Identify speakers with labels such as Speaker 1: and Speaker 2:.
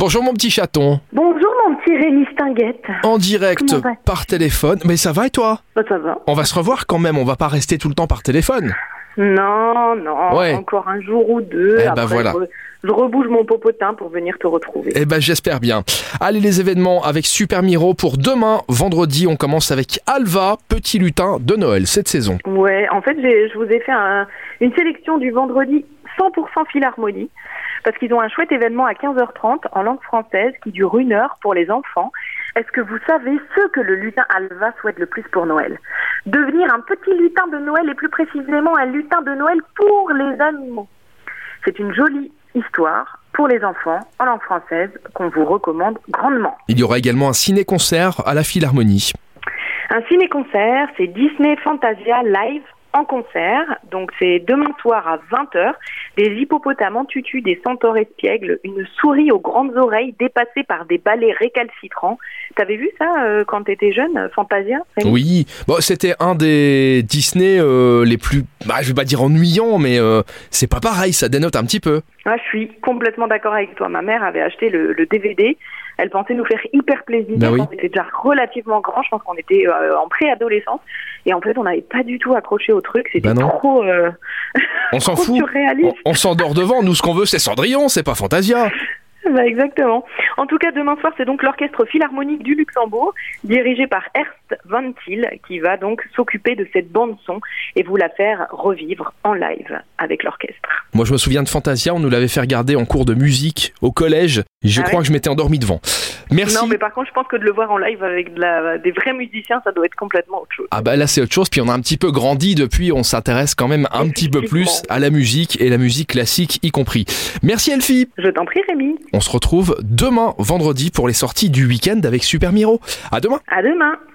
Speaker 1: Bonjour mon petit chaton,
Speaker 2: Bonjour mon petit Rémi Stinguette.
Speaker 1: en direct
Speaker 2: Comment vas-tu
Speaker 1: par téléphone. Mais ça va et toi
Speaker 2: Bah ça va.
Speaker 1: On va se revoir quand même, on va pas rester tout le temps par téléphone.
Speaker 2: Non, non,
Speaker 1: Ouais.
Speaker 2: encore un jour ou deux.
Speaker 1: Eh ben
Speaker 2: Après,
Speaker 1: voilà.
Speaker 2: je, re- je rebouge mon popotin pour venir te retrouver.
Speaker 1: Eh ben j'espère bien. Allez les événements avec Super Miro pour demain, vendredi, on commence avec Alva, petit lutin de Noël cette saison.
Speaker 2: Ouais, en fait, j'ai- je vous ai fait un- une sélection du vendredi 100% Philharmonie, parce qu'ils ont un chouette événement à 15h30 en langue française qui dure une heure pour les enfants. Est-ce que vous savez ce que le lutin Alva souhaite le plus pour Noël Devenir un petit lutin de Noël et plus précisément un lutin de Noël pour les animaux. C'est une jolie histoire pour les enfants en langue française qu'on vous recommande grandement.
Speaker 1: Il y aura également un ciné-concert à la Philharmonie.
Speaker 2: Un ciné-concert, c'est Disney Fantasia Live en concert. Donc c'est demain soir à 20h. Des hippopotames en tutu, des centaures espiègles, une souris aux grandes oreilles dépassée par des balais récalcitrants. T'avais vu ça euh, quand t'étais jeune, euh, Fantasia Rémi
Speaker 1: Oui, bon, c'était un des Disney euh, les plus, bah, je vais pas dire ennuyants, mais euh, c'est pas pareil, ça dénote un petit peu.
Speaker 2: Ah, Je suis complètement d'accord avec toi. Ma mère avait acheté le, le DVD. Elle pensait nous faire hyper plaisir.
Speaker 1: Bah oui.
Speaker 2: On était déjà relativement grand. Je pense qu'on était euh, en préadolescence. Et en fait, on n'avait pas du tout accroché au truc. C'était
Speaker 1: Bah non.
Speaker 2: trop, euh,
Speaker 1: On s'en
Speaker 2: trop
Speaker 1: fout.
Speaker 2: surréaliste.
Speaker 1: On, on s'endort devant, nous ce qu'on veut c'est Cendrillon, c'est pas Fantasia.
Speaker 2: Bah, exactement. En tout cas, demain soir, c'est donc l'Orchestre Philharmonique du Luxembourg, dirigé par Ernst Van Til, qui va donc s'occuper de cette bande-son et vous la faire revivre en live avec l'orchestre.
Speaker 1: Moi je me souviens de Fantasia, on nous l'avait fait regarder en cours de musique au collège. Je
Speaker 2: Ah
Speaker 1: crois
Speaker 2: ouais
Speaker 1: que je m'étais endormi devant. Merci.
Speaker 2: Non, mais par contre, je pense que de le voir en live avec de la- des vrais musiciens, ça doit être complètement autre chose.
Speaker 1: Ah bah là c'est autre chose, puis on a un petit peu grandi depuis, on s'intéresse quand même un petit peu plus
Speaker 2: Effectivement.
Speaker 1: à la musique et la musique classique y compris. Merci Elfie
Speaker 2: Je t'en prie, Rémi.
Speaker 1: On se retrouve demain vendredi pour les sorties du week-end avec Super Miro. À demain
Speaker 2: À demain.